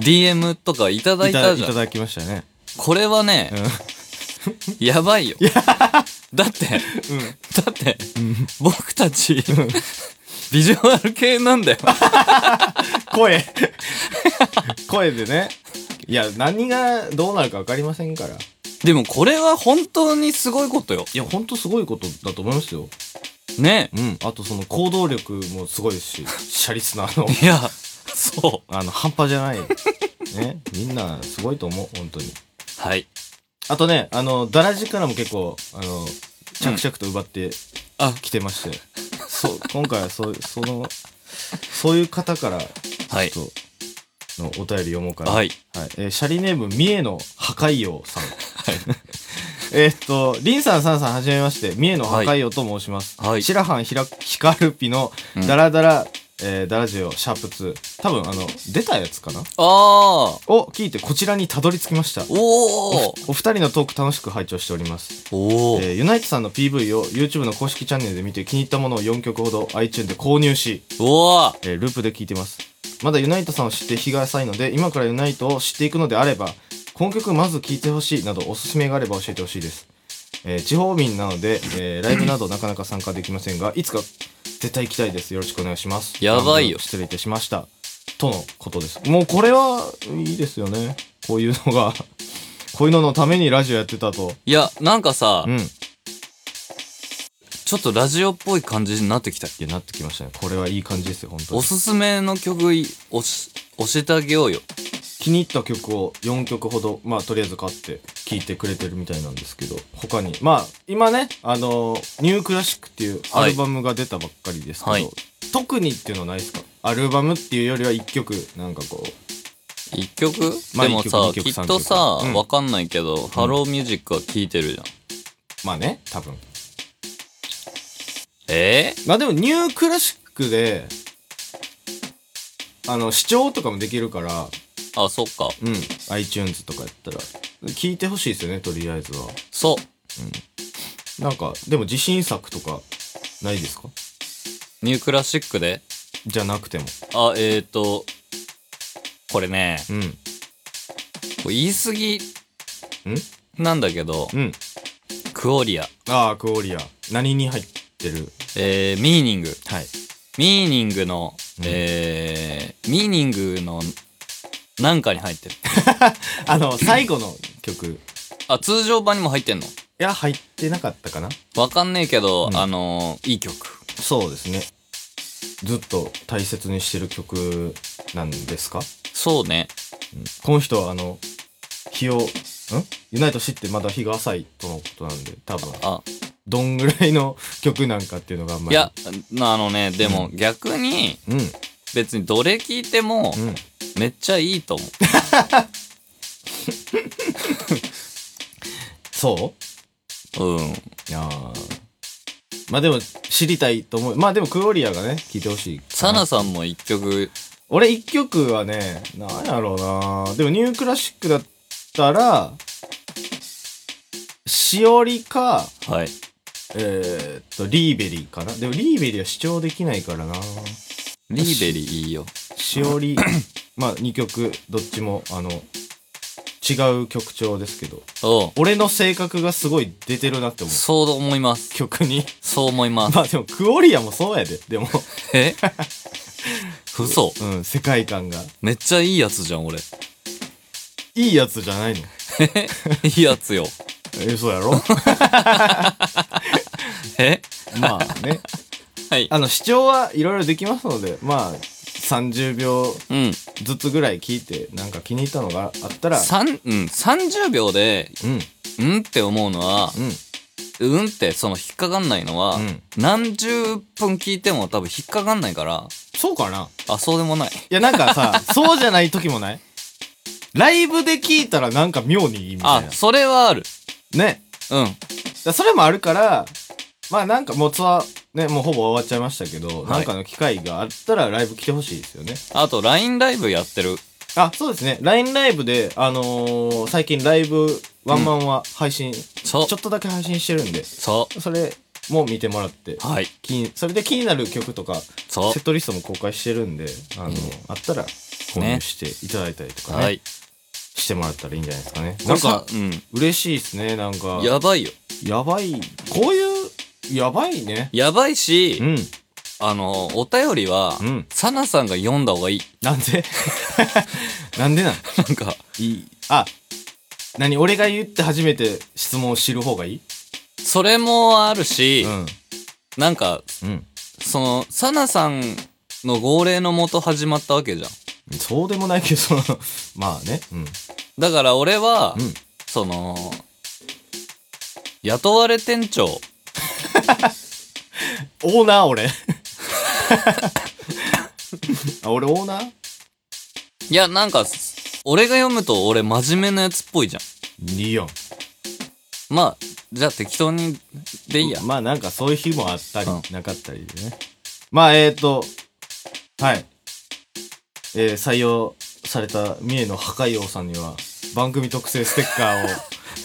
Speaker 1: DM とかいただい
Speaker 2: いた
Speaker 1: た
Speaker 2: い
Speaker 1: じゃ
Speaker 2: た
Speaker 1: ん。
Speaker 2: だきましたね。
Speaker 1: これはね、やばいよ。だって、だって、僕たち、ビジュアル系なんだよ。
Speaker 2: 声声でね。いや、何がどうなるか分かりませんから。い
Speaker 1: でもこれは本当にすごいことよ。
Speaker 2: や、ほんとすごいことだと思いますよ。
Speaker 1: ね。
Speaker 2: うん。あと、その行動力もすごいですし、シャリスナ ーの、
Speaker 1: いや、そ
Speaker 2: あの、半端じゃ ない。ね。みんな、すごいと思う、本当に。
Speaker 1: う。はい。
Speaker 2: あとね、あの、ダラジからも結構、あの、着々と奪って
Speaker 1: あ、
Speaker 2: きてまして、そう、今回はそう、その、そういう方から、ちょ
Speaker 1: は
Speaker 2: っ
Speaker 1: い。
Speaker 2: と、のお便り読もうかな。
Speaker 1: はい。
Speaker 2: えーシャリネーム、三重の破壊王さん。 えーっと、リンさん、サンさん、はじめまして、三重の破壊王と申します。
Speaker 1: はいはい
Speaker 2: 白藩ひら、ヒカルピの
Speaker 1: うん、
Speaker 2: ダラダラ、えーダラジオ、シャープ2。多分、あの、出たやつかな
Speaker 1: あー。
Speaker 2: を聞いて、こちらにたどり着きました。
Speaker 1: おー。
Speaker 2: お二人のトーク楽しく拝聴しております。
Speaker 1: おー。
Speaker 2: えーユナイトさんの PV を YouTube の公式チャンネルで見て気に入ったものを4曲ほど iTunes で購入し、
Speaker 1: おー。
Speaker 2: えーループで聴いてますまだユナイトさんを知って日が浅いので今からユナイトを知っていくのであればこの曲まず聴いてほしいなどおすすめがあれば教えてほしいです、えー地方民なので、えーライブなどなかなか参加できませんがいつか絶対行きたいですよろしくお願いします
Speaker 1: やばいよ
Speaker 2: あの失礼いたしましたとのことですもうこれはいいですよねこういうのが こういうののためにラジオやってたと
Speaker 1: いや、なんかさ
Speaker 2: う、ん
Speaker 1: ちょっとラジオっぽい感じになってきた。
Speaker 2: いや、なってきましたね。これはいい感じですよ、本当
Speaker 1: お
Speaker 2: に。
Speaker 1: すすめの曲い教教えてあげようよ。
Speaker 2: 気に入った曲を4曲ほど、まあ、とりあえず買って聴いてくれてるみたいなんですけど、他に、まあ、今ね、あのーニュークラシックっていうア
Speaker 1: はい
Speaker 2: ルバムが出たばっかりですけど、
Speaker 1: はい
Speaker 2: 特にっていうのはないですかアルバムっていうよりは1曲、なんかこう、
Speaker 1: 一曲、
Speaker 2: まあ
Speaker 1: でもさ、
Speaker 2: 一曲二曲
Speaker 1: きっ
Speaker 2: 三
Speaker 1: と
Speaker 2: 曲
Speaker 1: さ、
Speaker 2: うん
Speaker 1: わかんないけど、ハローミュージックは聴いてるじゃん。
Speaker 2: まあね、多分。
Speaker 1: え
Speaker 2: まあでも、ニュークラシックで、あの、視聴とかもできるから、
Speaker 1: ーあ、そっか。
Speaker 2: うん、iTunes とかやったら、聴いてほしいですよね、とりあえずは。
Speaker 1: そ
Speaker 2: なんか、でも自信作とか、ないですか
Speaker 1: ニュークラシックで
Speaker 2: じゃなくても。
Speaker 1: あ、えっ、ー、と、これね、
Speaker 2: うん。
Speaker 1: これ言い過ぎ
Speaker 2: ん
Speaker 1: なんだけど、
Speaker 2: うん。
Speaker 1: クオリア、
Speaker 2: ああ、クオリア。何に入ってる
Speaker 1: えー、ミーニング、
Speaker 2: はい。
Speaker 1: ミーニングの、
Speaker 2: うん
Speaker 1: えー、ミーニングのなんかに入ってる。
Speaker 2: あの、最後の曲。い
Speaker 1: あ、通常版にも入ってんの
Speaker 2: や、入ってなかったかな
Speaker 1: わかんねえけど、
Speaker 2: うん
Speaker 1: あのーいい曲。
Speaker 2: そうですね。ずっと大切にしてる曲なんですか
Speaker 1: そうね。
Speaker 2: この人はあの、日を、んユナイト知ってまだ日が浅いとのことなんで、多分、
Speaker 1: あ、
Speaker 2: どんぐらいの曲なんかっていうのがあんま
Speaker 1: い
Speaker 2: り。
Speaker 1: や、あのね、でも逆に、
Speaker 2: うん、うん、
Speaker 1: 別にどれ聞いても、めっちゃいいと思う。
Speaker 2: そう
Speaker 1: うん。
Speaker 2: いやーまあでも、知りたいと思う。まあでも、クオリアがね、聴いてほしい。
Speaker 1: サナさんも一曲、
Speaker 2: 俺一曲はね、なんやろうなでも、ニュークラシックだったら、しおりか、
Speaker 1: はい。
Speaker 2: えーっと、リーベリーかな。でも、リーベリーは主張できないからな
Speaker 1: リーベリーいいよ。
Speaker 2: しおり、まあ2曲、どっちも、あの、違う曲調ですけど、
Speaker 1: おう
Speaker 2: 俺の性格がすごい出てるなって思う。
Speaker 1: そう思います。
Speaker 2: 曲に。
Speaker 1: そう思います。
Speaker 2: まあでも、クオリアもそうやで。でも、
Speaker 1: え 嘘
Speaker 2: うん、世界観が。
Speaker 1: めっちゃいいやつじゃん、俺。
Speaker 2: いいやつじゃないの。
Speaker 1: いいやつよ。
Speaker 2: え、そうやろ
Speaker 1: え
Speaker 2: まあね。
Speaker 1: はい。
Speaker 2: あの、視聴はいろいろできますので、まあ、30秒
Speaker 1: うん。
Speaker 2: ずつぐらい聞いて、なんか気に入ったのがあったら、
Speaker 1: 三、うん、30秒で、
Speaker 2: うん、うん、
Speaker 1: うんって思うのは、うんってその引っかかんないのは、
Speaker 2: うん
Speaker 1: 何十分聞いても多分引っかかんないから、
Speaker 2: そうかな
Speaker 1: あ、そうでもない。
Speaker 2: いや、なん かさ、そうじゃない時もないライブで聞いたらなんか妙にいいみたい
Speaker 1: あ
Speaker 2: な、。
Speaker 1: それはある。
Speaker 2: ね。
Speaker 1: うん。
Speaker 2: だからそれもあるから、まあなんかもうツアー、ね、もうほぼ終わっちゃいましたけど、
Speaker 1: い
Speaker 2: なんかの機会があったらライブ来てほしいですよね。
Speaker 1: あと、LINE ライブやってる。
Speaker 2: あ、そうですね。LINE ライブで、あのー最近ライブワンマンは配信、ち
Speaker 1: そ
Speaker 2: ょ
Speaker 1: う
Speaker 2: っ。とだけ配信してるんで、
Speaker 1: そ
Speaker 2: それも見てもらって
Speaker 1: う。、はい。
Speaker 2: 気にそれで気になる曲とか、
Speaker 1: そう
Speaker 2: セットリストも公開してるんで、あのあったら購入していただいたりとかね、
Speaker 1: はい。
Speaker 2: してもらったらいいんじゃないですかね。なん
Speaker 1: こ、
Speaker 2: か
Speaker 1: れさ
Speaker 2: 嬉しいですね、なんか
Speaker 1: うん。。やばいよ。
Speaker 2: やばい。こういう、やばいね。
Speaker 1: やばいし、
Speaker 2: うん。
Speaker 1: あの、お便りは、
Speaker 2: うん
Speaker 1: サナさんが読んだ方がいい。
Speaker 2: なんで なんでなん
Speaker 1: なんか、
Speaker 2: いい。あ、何俺が言って初めて質問を知る方がいい
Speaker 1: それもあるし、
Speaker 2: ん。
Speaker 1: なんか、
Speaker 2: うん。
Speaker 1: その、サナさんの号令のもと始まったわけじゃん。
Speaker 2: そうでもないけど、 その、まあね。うん。
Speaker 1: だから俺は、
Speaker 2: うん
Speaker 1: その、雇われ店長、
Speaker 2: オーナー俺。 あ俺オーナー
Speaker 1: いや、なんか、俺が読むと俺真面目なやつっぽいじゃ
Speaker 2: いいよ。
Speaker 1: ん。まあ、じゃあ適当に、でいいや。
Speaker 2: まあなんかそういう日もあったり、
Speaker 1: うん
Speaker 2: なかったりでね。まあえーと、はい。えー採用された三重の破壊王さんには番組特製ステッカ ーを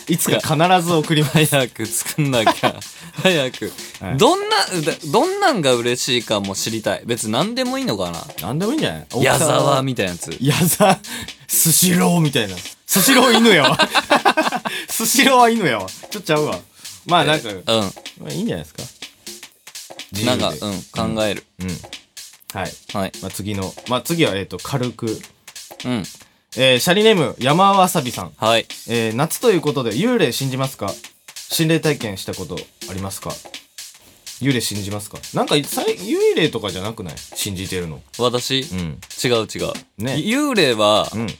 Speaker 2: いつか必ず送ります。
Speaker 1: 早く作んなきゃ。 早く、
Speaker 2: はい
Speaker 1: どんな、だどんなんが嬉しいかも知りたい。別に何でもいいのかな。
Speaker 2: なんでもいいんじゃない
Speaker 1: 矢沢
Speaker 2: み
Speaker 1: みたいなやつ。
Speaker 2: 矢沢、スシローみたいな。スシロー犬や わ。スシローは犬やわ。ちょっとちゃうわ。まあなんか、
Speaker 1: う
Speaker 2: まあいいんじゃないですか。
Speaker 1: ん。なんか、
Speaker 2: 自由で
Speaker 1: うん、考える。
Speaker 2: うん。はい。
Speaker 1: はい。
Speaker 2: まあ次の、まあ次はえーと、軽く。
Speaker 1: うん。
Speaker 2: えーシャリネーム、山わさびさん。
Speaker 1: はい。
Speaker 2: えー夏ということで、幽霊信じますか心霊体験したことありますか幽霊信じますかなんか、さい幽霊とかじゃなくない信じてるの。
Speaker 1: 私、
Speaker 2: うん。
Speaker 1: 違う違う。
Speaker 2: ね
Speaker 1: 幽霊は、
Speaker 2: うん。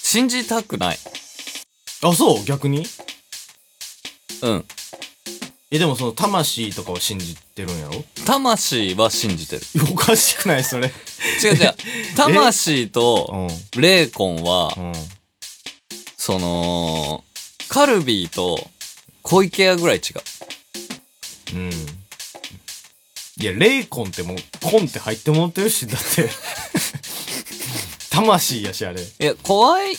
Speaker 1: 信じたくない。
Speaker 2: あ、そう逆に
Speaker 1: うん。
Speaker 2: え、でもその、魂とかを信じてるんやろ
Speaker 1: 魂は信じてる。
Speaker 2: おかしくないそれ。
Speaker 1: 違う 違う。魂
Speaker 2: う
Speaker 1: と、
Speaker 2: ん。
Speaker 1: 霊魂は、
Speaker 2: うん。
Speaker 1: その、カルビーと、小池屋ぐらい違う。
Speaker 2: うん。いや、霊魂ってもう、魂って入ってもってるし、だって。 魂やし、あれ。
Speaker 1: いや、怖い、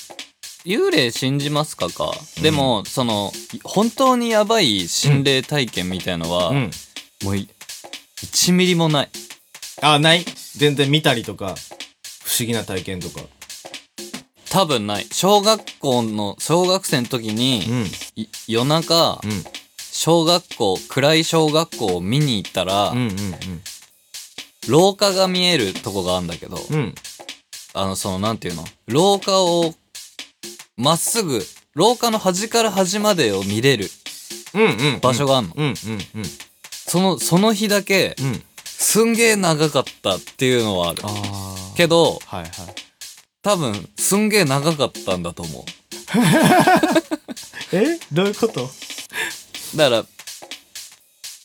Speaker 1: 幽霊信じますかか。でも、その、本当にやばい心霊体験みたいのは、
Speaker 2: うん。
Speaker 1: もうい、1ミリもない。
Speaker 2: あない全然見たりとか不思議な体験とか
Speaker 1: 多分ない。小学校の、小学生の時
Speaker 2: う
Speaker 1: に、
Speaker 2: ん
Speaker 1: い夜中、
Speaker 2: うん
Speaker 1: 小学校、暗い小学校を見に行ったら、
Speaker 2: うんうん
Speaker 1: 廊下が見えるとこがあるんだけど、
Speaker 2: うんうん
Speaker 1: あの、その、なんていうの廊下を、まっすぐ、廊下の端から端までを見れる
Speaker 2: うんうん
Speaker 1: 場所があるの。
Speaker 2: うんうんうん
Speaker 1: その、その日だけ、
Speaker 2: うん
Speaker 1: すんげえ長かったっていうのはある。
Speaker 2: あ
Speaker 1: けど、
Speaker 2: あはいはい
Speaker 1: 多分、すんげえ長かったんだと思
Speaker 2: えどういうこと
Speaker 1: う。だから、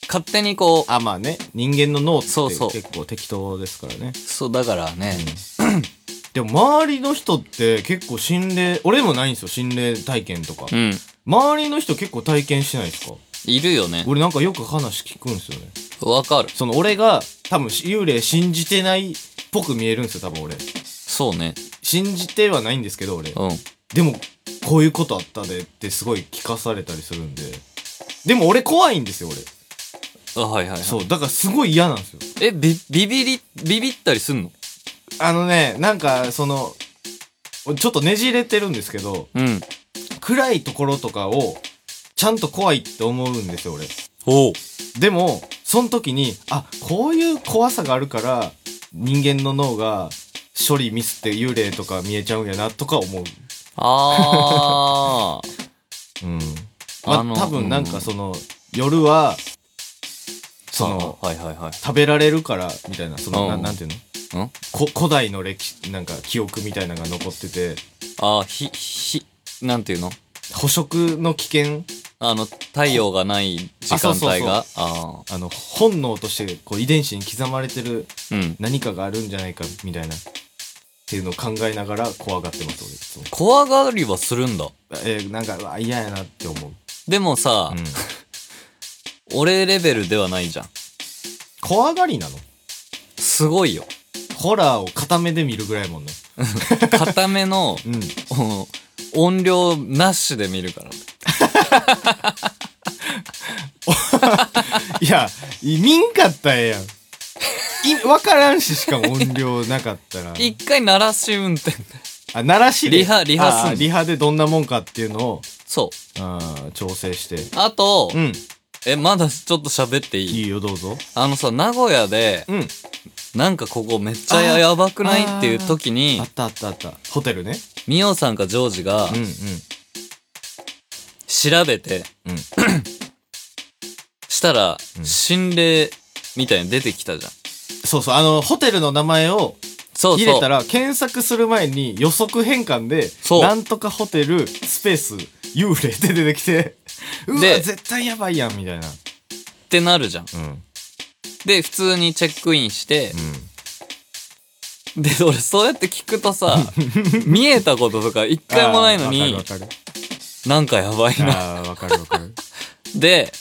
Speaker 1: 勝手にこ
Speaker 2: あまあね人間の脳って
Speaker 1: そうそう
Speaker 2: 結構適当ですからね
Speaker 1: う、そう、だからね、
Speaker 2: でも周りの人って結構心霊俺もないんですよ心霊体験とか、
Speaker 1: うん、
Speaker 2: 周りの人結構体験してないですか
Speaker 1: いるよね。
Speaker 2: 俺なんかよく話聞くんですよね
Speaker 1: わかる。
Speaker 2: その俺が多分幽霊信じてないっぽく見えるんですよ多分俺
Speaker 1: そうね。
Speaker 2: 信じてはないんですけど俺
Speaker 1: うん。
Speaker 2: でもこういうことあったでってすごい聞かされたりするんででも俺怖いんですよ俺
Speaker 1: あ、はいはい、はい。
Speaker 2: そうだからすごい嫌なんですよ
Speaker 1: え、ビ、ビビり、ビビったりすんの
Speaker 2: あのねなんかそのちょっとねじれてるんですけど
Speaker 1: うん。
Speaker 2: 暗いところとかをちゃんと怖いって思うんですよ俺
Speaker 1: おう。
Speaker 2: でもその時にあこういう怖さがあるから人間の脳が処理ミスって幽霊とか見えちゃうんやなとか思う
Speaker 1: あ
Speaker 2: うん
Speaker 1: あ
Speaker 2: ま
Speaker 1: の
Speaker 2: あ多分なんかその夜は
Speaker 1: ー。
Speaker 2: その
Speaker 1: あはいはいはい。
Speaker 2: 食べられるからみたいなそのな
Speaker 1: うん
Speaker 2: なんていうの
Speaker 1: うん
Speaker 2: こ古代の歴史なんか記憶みたいなのが残ってて
Speaker 1: あー、ひ、ひ、なんていうの
Speaker 2: 捕食の危険
Speaker 1: あの、太陽がない時間帯が。あ
Speaker 2: あの本能としてこう遺伝子に刻まれてる
Speaker 1: あー。うん。
Speaker 2: 何かがあるんじゃないかみたいなっていうのを考えながら怖がってます俺いつも
Speaker 1: 怖がりはするんだ。
Speaker 2: えーなんかうわ嫌やなって思う、
Speaker 1: でもさ、
Speaker 2: うん
Speaker 1: 俺レベルではないじゃん。
Speaker 2: 怖がりなの
Speaker 1: すごいよ。
Speaker 2: ホラーを片目で見るぐらいもんね
Speaker 1: 固め の
Speaker 2: うん
Speaker 1: お音量なしで見るから。
Speaker 2: いやい見んかったらええやんい分からんししかも音量なかったら
Speaker 1: 一回鳴らし運転。
Speaker 2: あ鳴らしで
Speaker 1: リハリハすんの
Speaker 2: あーリハでどんなもんかっていうのを
Speaker 1: そう。
Speaker 2: あー調整して
Speaker 1: あと、
Speaker 2: うん
Speaker 1: え、まだちょっと喋っていい
Speaker 2: いいよどうぞ
Speaker 1: あのさ、名古屋で、
Speaker 2: うん
Speaker 1: なんかここめっちゃやばくないっていう時に
Speaker 2: あっ、たあったあったホテルね
Speaker 1: ミオさんかジョージが
Speaker 2: うんうん
Speaker 1: 調べて、
Speaker 2: うん
Speaker 1: したら、
Speaker 2: うん
Speaker 1: 心霊みたいに出てきたじゃん。
Speaker 2: そうそうあのホテルの名前を
Speaker 1: そう
Speaker 2: 入れ
Speaker 1: そ
Speaker 2: た
Speaker 1: う。
Speaker 2: ら検索する前に予測変換で
Speaker 1: そう
Speaker 2: なんとかホテルスペース幽霊って出てきてうわ
Speaker 1: で
Speaker 2: 絶対やばいやんみたいな
Speaker 1: ってなるじゃん。
Speaker 2: うんうん
Speaker 1: で、普通にチェックインして、で、俺そうやって聞くと さ、見えたこととか一回もないのに
Speaker 2: あーわ、かるわかる
Speaker 1: なんかやばいな。
Speaker 2: あーわかるわ かる
Speaker 1: で、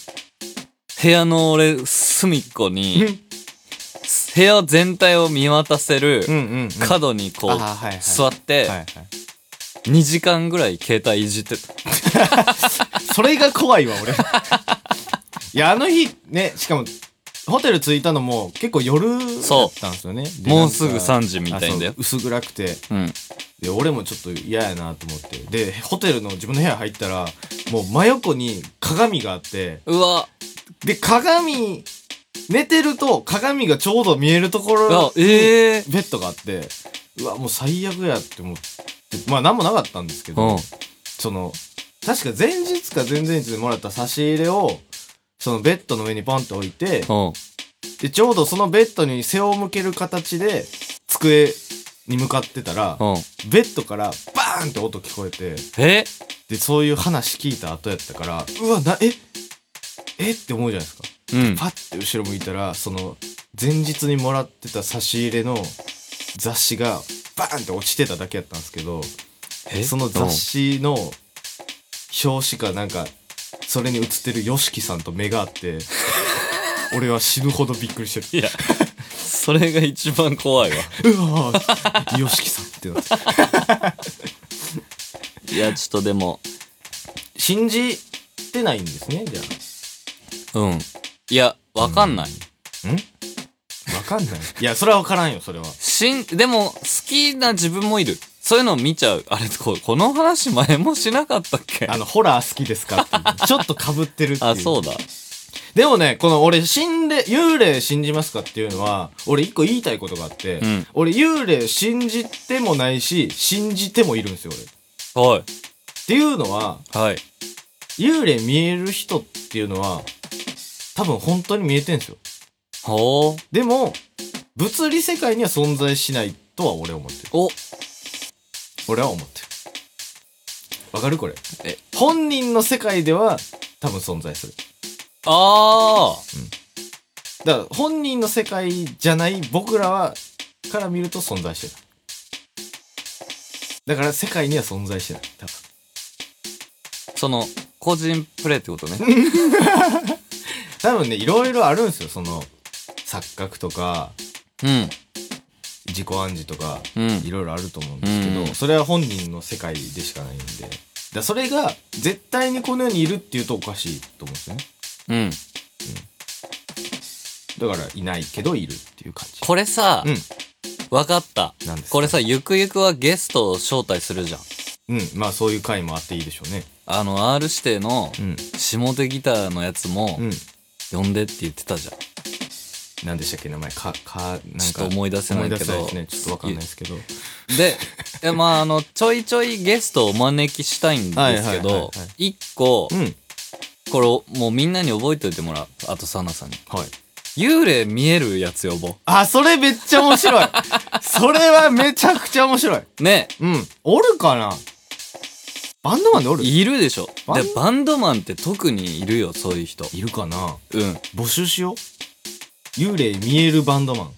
Speaker 1: 部屋の俺、隅っこ
Speaker 2: う
Speaker 1: に
Speaker 2: ん、
Speaker 1: 部屋全体を見渡せる、
Speaker 2: うんうんうん
Speaker 1: 角にこ
Speaker 2: あーはいはいう
Speaker 1: 座って
Speaker 2: はいはい
Speaker 1: 2時間ぐらい携帯いじってた
Speaker 2: それが怖いわ 俺いやあの日ねしかもホテル着いたのも結構夜だったんですよねで
Speaker 1: もうすぐ
Speaker 2: なんか
Speaker 1: 3時みたいんだよ
Speaker 2: あそう薄暗くて
Speaker 1: うん
Speaker 2: で俺もちょっと嫌やなと思ってでホテルの自分の部屋入ったらもう真横に鏡があって
Speaker 1: うわ
Speaker 2: で鏡寝てると鏡がちょうど見えるとこ
Speaker 1: あ
Speaker 2: ろにベ
Speaker 1: ええ
Speaker 2: ッドがあってうわもう最悪やって思ってまあ何もなかったんですけ
Speaker 1: う
Speaker 2: ど、
Speaker 1: ん
Speaker 2: その確か前日か前々日でもらった差し入れをそのベッドの上にポンって置いて
Speaker 1: うん
Speaker 2: でちょうどそのベッドに背を向ける形で机に向かってたら
Speaker 1: うん
Speaker 2: ベッドからバーンって音聞こえて
Speaker 1: え
Speaker 2: でそういう話聞いた後やったからうわなええって思うじゃないですか
Speaker 1: うん
Speaker 2: パッて後ろ向いたらその前日にもらってた差し入れの雑誌がバーンって落ちてただけやったんですけど
Speaker 1: え
Speaker 2: その雑誌の表紙かなんかそれに写ってる YOSHIKI さんと目があって 俺は死ぬほどびっくりしてる
Speaker 1: いや それが一番怖いわ
Speaker 2: うわー YOSHIKI さんってなって
Speaker 1: いやちょっとでも
Speaker 2: 信じてないんですねじゃあ
Speaker 1: うんいやわかんない
Speaker 2: んわかんない。いや、それはわからんよ、それは。
Speaker 1: しん、でも、好きな自分もいる。そういうのを見ちゃう。あれ、ここの話前もしなかったっけ
Speaker 2: あの、ホラー好きですかっていう。ちょっと被ってるっていう。
Speaker 1: あ、そうだ。
Speaker 2: でもね、この俺、心霊、幽霊信じますかっていうのは、俺一個言いたいことがあって、
Speaker 1: うん
Speaker 2: 俺幽霊信じてもないし、信じてもいるんですよ、俺。っ
Speaker 1: はい。
Speaker 2: ていうのは、
Speaker 1: はい。
Speaker 2: 幽霊見える人っていうのは、多分本当に見えてんですよ。
Speaker 1: ほう。
Speaker 2: でも、物理世界には存在しないとは俺は思ってる。
Speaker 1: お、
Speaker 2: 俺は思ってる。わかるこれ。
Speaker 1: え
Speaker 2: 本人の世界では多分存在する。
Speaker 1: あ
Speaker 2: だから本人の世界じゃない僕らはから見ると存在してないだから世界には存在してない多分
Speaker 1: ー。その、個人プレイってことね。
Speaker 2: 多分ねいろいろあるんですよその錯覚とか
Speaker 1: うん。
Speaker 2: 自己暗示とか
Speaker 1: うん
Speaker 2: いろいろあると思うんですけど、
Speaker 1: うん
Speaker 2: それは本人の世界でしかないんでだからそれが絶対にこの世にいるっていうとおかしいと思うんですよね
Speaker 1: うん。
Speaker 2: だからいないけどいるっていう感じ
Speaker 1: これさ、
Speaker 2: うん
Speaker 1: わかった
Speaker 2: 何です。か
Speaker 1: これさ、ゆくゆくはゲストを招待するじゃん。
Speaker 2: うんまあそういう回もあっていいでしょうね
Speaker 1: あの、R 指定の、
Speaker 2: うん
Speaker 1: 下手ギターのやつも、
Speaker 2: うん
Speaker 1: 呼んでって言ってたじゃん。
Speaker 2: 何でしたっけ名前かかなんか
Speaker 1: ちょっと思い出せないけど
Speaker 2: 思い出せないですねちょっとわかんないですけど
Speaker 1: で、えまあ、あの、ちょいちょいゲストをお招きしたいんですけ
Speaker 2: はいはいはいは
Speaker 1: ど
Speaker 2: い、
Speaker 1: 一個
Speaker 2: う、ん
Speaker 1: これをもうみんなに覚えておいてもらう。あとサナさんに。
Speaker 2: はい
Speaker 1: 幽霊見えるやつ呼ぼ。
Speaker 2: あそれめっちゃ面 白いそれはめちゃくちゃ面白いう
Speaker 1: ね
Speaker 2: うんおるかなバンドマンでおる
Speaker 1: いるでしょ。
Speaker 2: バ
Speaker 1: で
Speaker 2: ン、
Speaker 1: バンドマンって特にいるよ、そういう人。
Speaker 2: いるかな
Speaker 1: うん。
Speaker 2: 募集しよう幽霊見えるバンドマン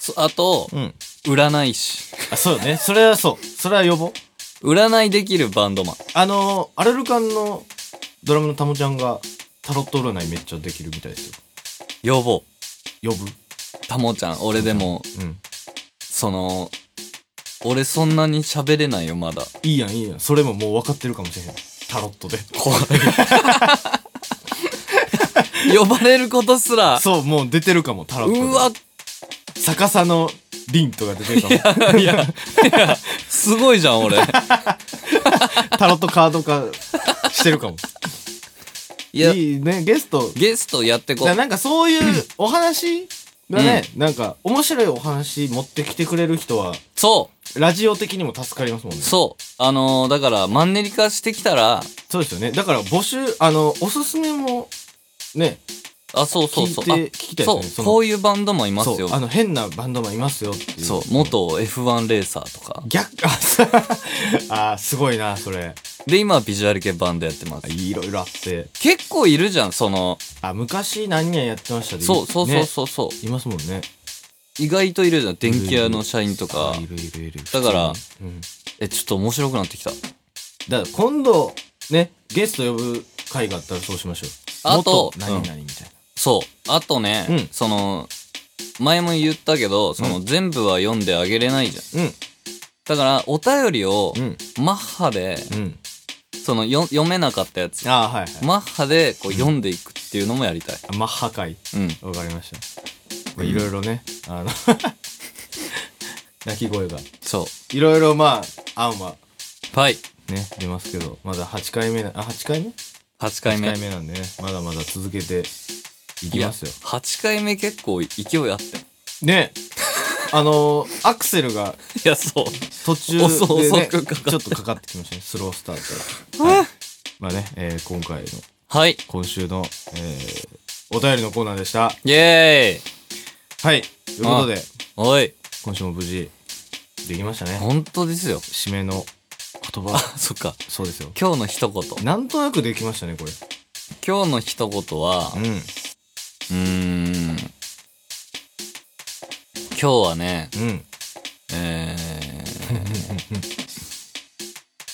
Speaker 1: そあと、
Speaker 2: うん
Speaker 1: 占い師。
Speaker 2: あそうねそれはそうそれは呼ぼう
Speaker 1: 占いできるバンドマン。
Speaker 2: あのー、アレルカンのドラムのタモちゃんがタロット占いめっちゃできるみたいです
Speaker 1: 呼ぼう。
Speaker 2: よ呼ぶ
Speaker 1: タモちゃん、俺でも、
Speaker 2: うん
Speaker 1: その、俺そんなに喋れないよ、まだ。
Speaker 2: いいやんいいやんそれももう分かってるかもしれへんタロットで
Speaker 1: 怖い。呼ばれることすら、
Speaker 2: そう、もう出てるかも、タロットで。
Speaker 1: うわ、
Speaker 2: 逆さのリンとか出てるかも。
Speaker 1: いや、いや、すごいじゃん、 俺。
Speaker 2: タロットカード化してるかも。
Speaker 1: いや、
Speaker 2: いいね、ゲスト。
Speaker 1: ゲストやってこ
Speaker 2: だ
Speaker 1: う。
Speaker 2: なんかそういうお話がね、なんか面白いお話持ってきてくれる人は、
Speaker 1: そ
Speaker 2: ラジオ的にも助かりますもんね
Speaker 1: う、。そう。あのーだから、マンネリ化してきたら、
Speaker 2: そうですよね。だから募集、あの、おすすめも、ね、
Speaker 1: あ、そうそうそう。
Speaker 2: 聞いて
Speaker 1: あ
Speaker 2: 聞きたいです
Speaker 1: そ
Speaker 2: ね
Speaker 1: う
Speaker 2: その
Speaker 1: こういうバンドもいます
Speaker 2: そ
Speaker 1: よ
Speaker 2: う、。あの、変なバンドマンいますよっていう。
Speaker 1: そう、元 F1 レーサーとか。
Speaker 2: 逆、あ、そうあー、すごいな、それ。
Speaker 1: で、今はビジュアル系バンドやってます。
Speaker 2: いろいろあって。
Speaker 1: 結構いるじゃん、その、
Speaker 2: あ、昔何々やってましたで
Speaker 1: そうそうそう
Speaker 2: ね
Speaker 1: そうそう、
Speaker 2: いますもんね。
Speaker 1: 意外といるじゃん、電気屋の社員とか
Speaker 2: あ。いるいるいる
Speaker 1: だから
Speaker 2: 普通にうん
Speaker 1: え、ちょっと面白くなってきた。
Speaker 2: だから今度ねゲスト呼ぶ会があったらそうしましょう
Speaker 1: あと
Speaker 2: 元何々みたい
Speaker 1: そう。あとね、
Speaker 2: うん
Speaker 1: その、前も言ったけど、その、全部は読んであげれないじゃん。
Speaker 2: な
Speaker 1: だから、お便りを、
Speaker 2: うんうん
Speaker 1: マッハで、
Speaker 2: うん
Speaker 1: その、よ読めなかったやつ。
Speaker 2: ああはいはい
Speaker 1: マッハで、こう、読んでいくっていうのもやりたい。
Speaker 2: マッハ会
Speaker 1: うん。
Speaker 2: わかりましたいろいろねあの 鳴き声が
Speaker 1: そ
Speaker 2: いろいろまあ案は
Speaker 1: う。はい。
Speaker 2: ね出ますけどまだ8回目なあ8回目
Speaker 1: 8回目。
Speaker 2: 8回目なんでねまだまだ続けていき
Speaker 1: いや、
Speaker 2: ますよ
Speaker 1: 8回目結構勢いあって。
Speaker 2: ねあのアクセルが
Speaker 1: いや、そう。
Speaker 2: 途中
Speaker 1: 遅
Speaker 2: で、ね、
Speaker 1: 遅くかかって
Speaker 2: ちょっとかかってきましたねスロースタートから、はいまあね、えー今回の
Speaker 1: はい。
Speaker 2: 今週の、えーお便りのコーナーでした
Speaker 1: イェーイ
Speaker 2: はいということで
Speaker 1: おい。
Speaker 2: 今週も無事できましたね
Speaker 1: 本当ですよ。
Speaker 2: 締めの言
Speaker 1: あ
Speaker 2: 葉、
Speaker 1: そっか。
Speaker 2: そうですよ
Speaker 1: 今日の一言。
Speaker 2: なんとなくできましたねこれ
Speaker 1: 今日の一言は、
Speaker 2: うん
Speaker 1: うーん。今日はね、
Speaker 2: うん
Speaker 1: えー、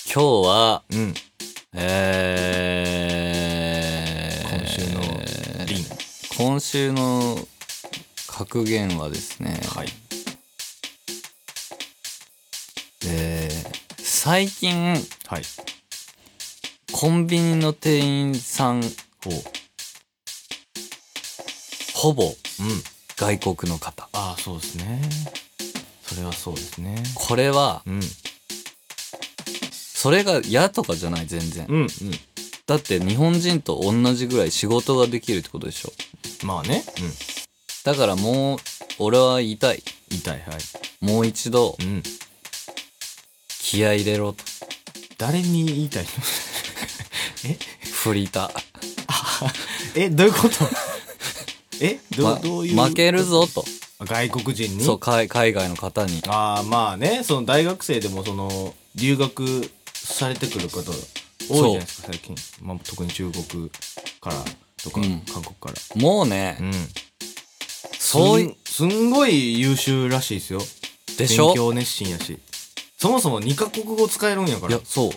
Speaker 1: 今日は、
Speaker 2: うん
Speaker 1: えー、
Speaker 2: 今週のリン、
Speaker 1: 今週の格言はですね、
Speaker 2: はい
Speaker 1: えー最近、
Speaker 2: はい
Speaker 1: コンビニの店員さん、
Speaker 2: ほう
Speaker 1: ほぼ
Speaker 2: うん
Speaker 1: 外国の方
Speaker 2: ああ、そうですね。それはそうですね。
Speaker 1: これは
Speaker 2: うん。
Speaker 1: それが嫌とかじゃない全然
Speaker 2: うん、うん。
Speaker 1: だって日本人と同じぐらい仕事ができるってことでしょ
Speaker 2: まあね。うん。
Speaker 1: だからもう俺は言いたい
Speaker 2: 痛い、は
Speaker 1: もう一度
Speaker 2: い。うん。
Speaker 1: 気合い入れろと
Speaker 2: 誰に言いたいの
Speaker 1: フリータ
Speaker 2: え、どういうことえど,、
Speaker 1: ま
Speaker 2: うどういう
Speaker 1: 負けるぞと
Speaker 2: 外国人に
Speaker 1: そう海海外の方に
Speaker 2: ああ、まあね、その大学生でもその、留学されてくる方多いじゃないですか、最近。まあ、特に中国からとか、
Speaker 1: うん
Speaker 2: 韓国から。
Speaker 1: もうね、
Speaker 2: うん。
Speaker 1: そうい
Speaker 2: すんすんごい優秀らしいですよ。
Speaker 1: でしょ
Speaker 2: 勉強熱心やし。そもそも2カ国語使えるんやか
Speaker 1: い
Speaker 2: ら。
Speaker 1: やそう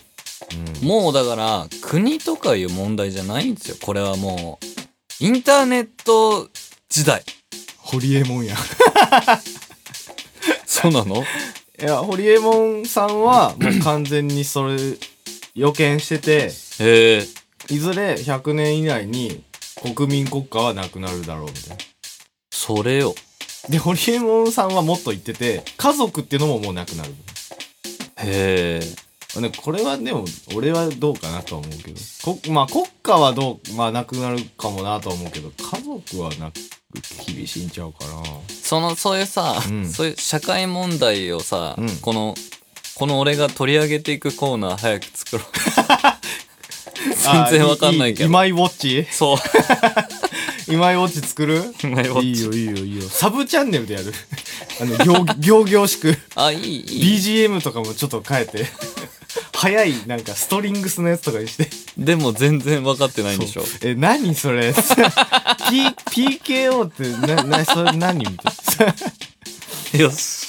Speaker 2: うん
Speaker 1: もうだから国とかいう問題じゃないんですよこれはもうインターネット時代
Speaker 2: ホリエモンや。
Speaker 1: そうなの
Speaker 2: いや、ホリエモンさんは、もう完全にそれ、予見してて、
Speaker 1: へえ
Speaker 2: いずれ100年以内に国民国家はなくなるだろうみたいな。
Speaker 1: それよ
Speaker 2: で、ホリエモンさんはもっと言ってて、家族っていうのももうなくなる。
Speaker 1: へえ
Speaker 2: ねこれはでも、俺はどうかなとは思うけど。こまあ、国家はどう、まあ、なくなるかもなとは思うけど、家族はなく、厳しいんちゃうかな。
Speaker 1: そのそういうさ、
Speaker 2: うん
Speaker 1: そういう社会問題をさ、
Speaker 2: うん
Speaker 1: このこの俺が取り上げていくコーナー早く作ろ う 全然わかんないけど
Speaker 2: 今井ウォッチ
Speaker 1: そう
Speaker 2: 今井ウォッチ作る
Speaker 1: 今井ウォッチ
Speaker 2: いいよ、いいよ、いいよ。サブチャンネルでやる。 あの、行行々しく。
Speaker 1: あいいいい
Speaker 2: BGM とかもちょっと変えて 早いなんかストリングスのやつとかにして
Speaker 1: でも全然分かってないんでしょ
Speaker 2: そうえ何それ P PKO ってななそれ何みたい
Speaker 1: よ し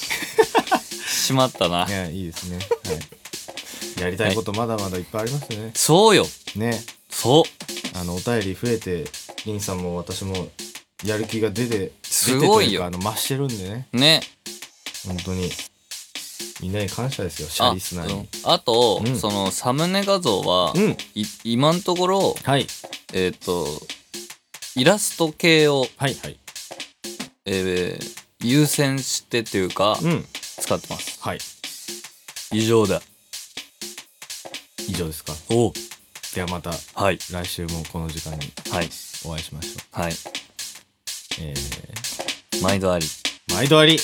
Speaker 1: しまったな
Speaker 2: ないやいいですね、はい、やりたいことまだまだいっぱいありますね、
Speaker 1: そうよ
Speaker 2: ね
Speaker 1: そう
Speaker 2: あのお便り増えてリンさんも私もやる気が出て
Speaker 1: すごいよ
Speaker 2: 出てとうかあの増してるんでね
Speaker 1: ね
Speaker 2: 本当にみんなに感謝ですよシャリスナー
Speaker 1: うん
Speaker 2: に
Speaker 1: あと、
Speaker 2: うん
Speaker 1: そのサムネ画像は、
Speaker 2: うん
Speaker 1: い今のところ
Speaker 2: はい
Speaker 1: えっ、とイラスト系を、
Speaker 2: はいはい
Speaker 1: えー優先してというか、
Speaker 2: うん
Speaker 1: 使ってます
Speaker 2: はい
Speaker 1: 以上だ
Speaker 2: 以上ですか
Speaker 1: お
Speaker 2: ではまた
Speaker 1: はい
Speaker 2: 来週もこの時間に
Speaker 1: はい
Speaker 2: お会いしましょう。
Speaker 1: はい
Speaker 2: えー、
Speaker 1: 毎度あり
Speaker 2: 毎度あり